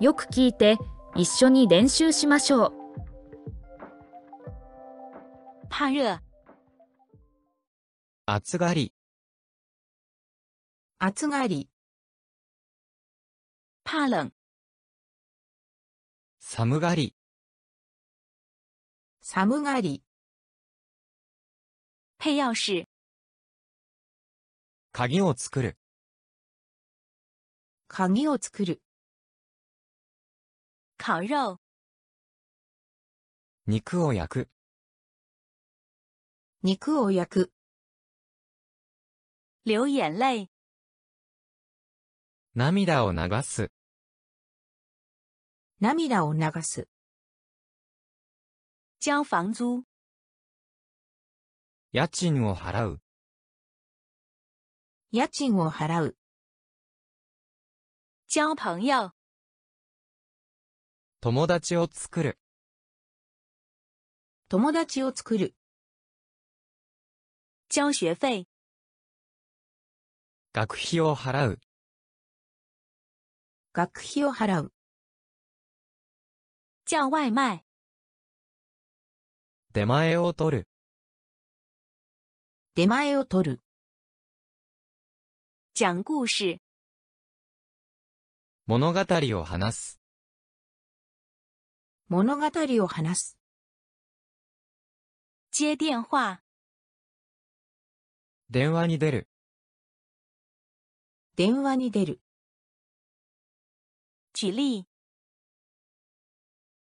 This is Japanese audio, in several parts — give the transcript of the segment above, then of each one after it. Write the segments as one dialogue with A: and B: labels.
A: よく聞いて一緒に練習しましょう
B: 怕热、
C: 暑がり、
D: 暑がり、
B: 怕冷、
C: 寒がり、
D: 寒がり、
B: 配钥匙、
C: 鍵を作る、
D: 鍵を作る、
B: 烤肉、
C: 肉を焼く、
D: 肉を焼く、
B: 流眼泪、
C: 涙を流す、
D: 涙を流す、
B: 交房租、
C: 家賃を払う、
D: 家賃を払う、
B: 交朋友、
C: 友達を作る、
D: 友達を作る、
B: 交学费、
C: 学費を払う、
D: 学費を払う、
B: 叫外卖、
C: 出前を取る、
D: 出前を取る、
B: 讲故事、
C: 物語を話す、
D: 物語を話す、
B: 接电话、
C: 電話に出る、
D: 電話に出る、
B: 举例、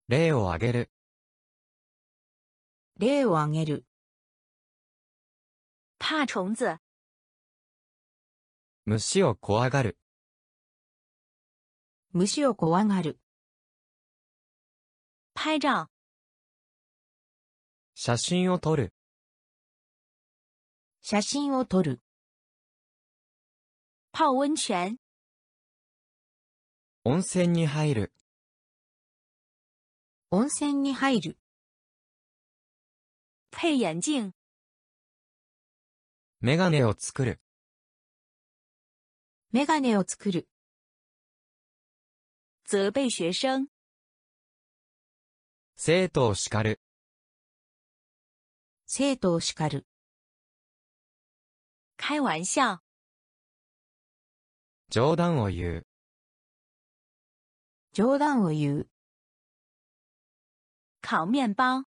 C: 例を挙げる、
D: 例を挙げる、
B: 怕虫子、
C: 虫を怖がる、
D: 虫を怖がる、
B: 拍照、
C: 写真を撮る、
D: 写真を撮る、
B: 泡温泉、
C: 温泉に入る、
D: 温泉に入る、
B: 配眼镜、
C: メガネを作る、
D: メガネを作る、
B: 责备学生、
C: 生徒を叱る、
D: 生徒を叱る、
B: 开玩笑、
C: 冗談を言う、
D: 冗談を言う、
B: 烤面包、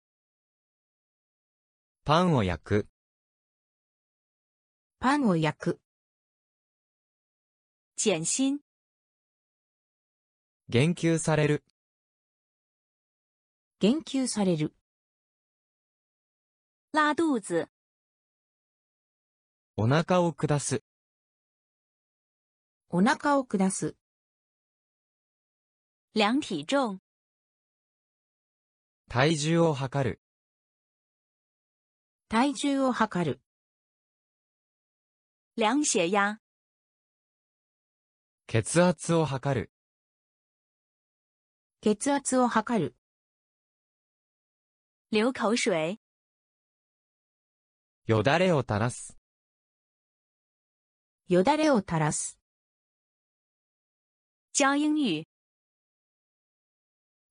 C: パンを焼く、
D: パンを焼く、
B: 减薪、
C: 言及される、
D: 言及される、
B: 拉肚子、
C: お腹を下す、
D: お腹を下す、
B: 量体重、
C: 体重を測る、
D: 体重を測る、
B: 量血压、
C: 血圧を測る、
D: 血圧を測る、
B: 流口水、
C: よだれを垂らす、
D: よだれを垂らす、
B: 教英语、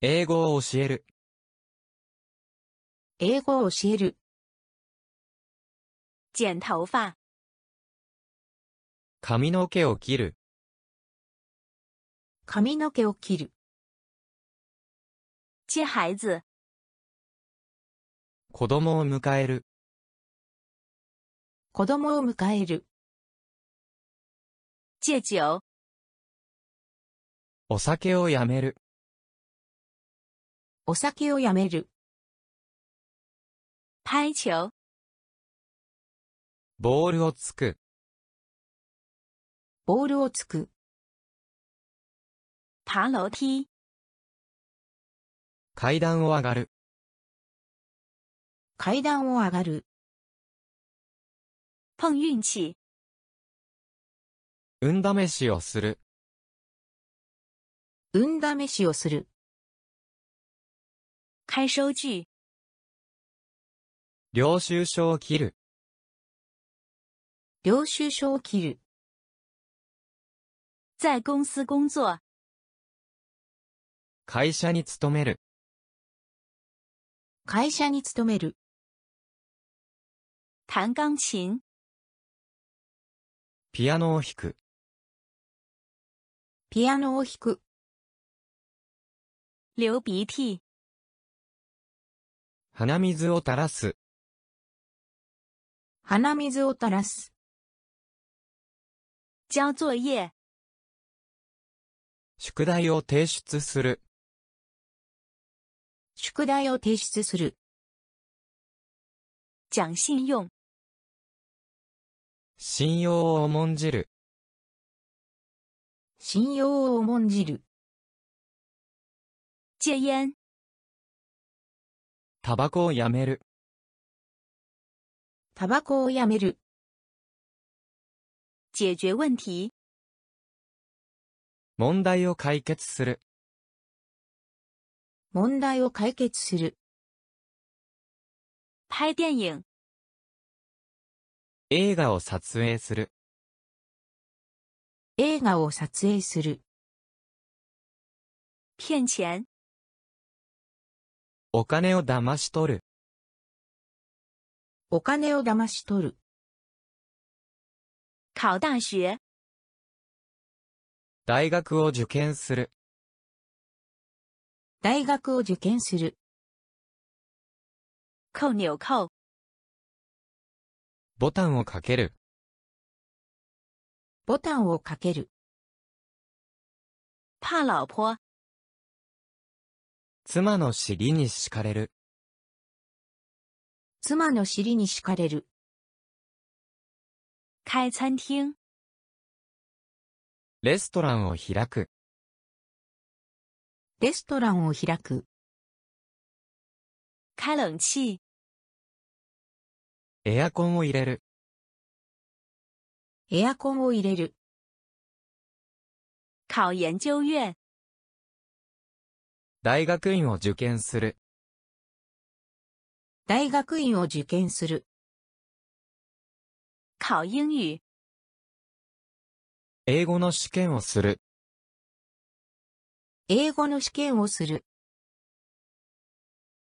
C: 英語を教える、
D: 英語を教える、
B: 剪头发、
C: 髪の毛を切る、
D: 髪の毛を切る、
B: 接孩子、
C: 子供を迎える、
D: 子供を迎える、
B: 戒酒、
C: お酒をやめる、
D: お酒をやめる、
B: 拍球、
C: ボールをつく、
D: ボールをつく、
B: 爬楼梯、
C: 階段を上がる、
D: 階段を上がる、
B: 碰运气、
C: 運試しをする、
D: 運試しをする、
B: 开收据、
C: 領収書を切る、
D: 領収書を切る、
B: 在公司工作。
C: 会社に勤める、
D: 会社に勤める、
B: 弹钢琴、
C: ピアノを弾く、
D: ピアノを弾く、
B: 流鼻涕、
C: 鼻水を垂らす、
D: 鼻水を垂らす、
B: 交作业、
C: 宿題を提出する、
D: 宿題を提出する、
B: 讲信用、
C: 信用を重んじる、
D: 信用を重んじる、
B: 戒烟、
C: タバコをやめる、
D: タバコをやめる、
B: 解决问题、
C: 問題を解決する、
D: 問題を解決する、
B: 拍电影、
C: 映画を撮影する、
D: 映画を撮影する、
B: 骗钱、
C: お金を騙し取る、
D: お金を騙し取る、
B: 考大学、
C: 大学を受験する、
D: 大学を受験する、
B: 扣纽扣、
C: ボタンをかける、
D: ボタンをかける、
B: 怕老婆、
C: 妻の尻に敷かれる、
D: 妻の尻に敷かれる、
B: 开餐厅、
C: レストランを開く、
D: レストランを開く、
B: 开冷气、
C: エアコンを入れる、
D: エアコンを入れる、
B: 考研究院、
C: 大学院を受験する、
D: 大学院を受験する、
B: 考英语、
C: 英語の試験をする、
D: 英語の試験をする、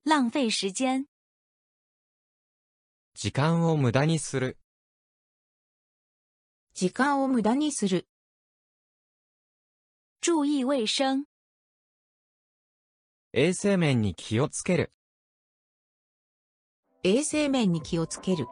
B: 浪费时间，
C: 時間を無駄にする、
D: 時間を無駄にする、
B: 注意卫生，
C: 衛生面に気をつける。
D: 衛生面に気をつける。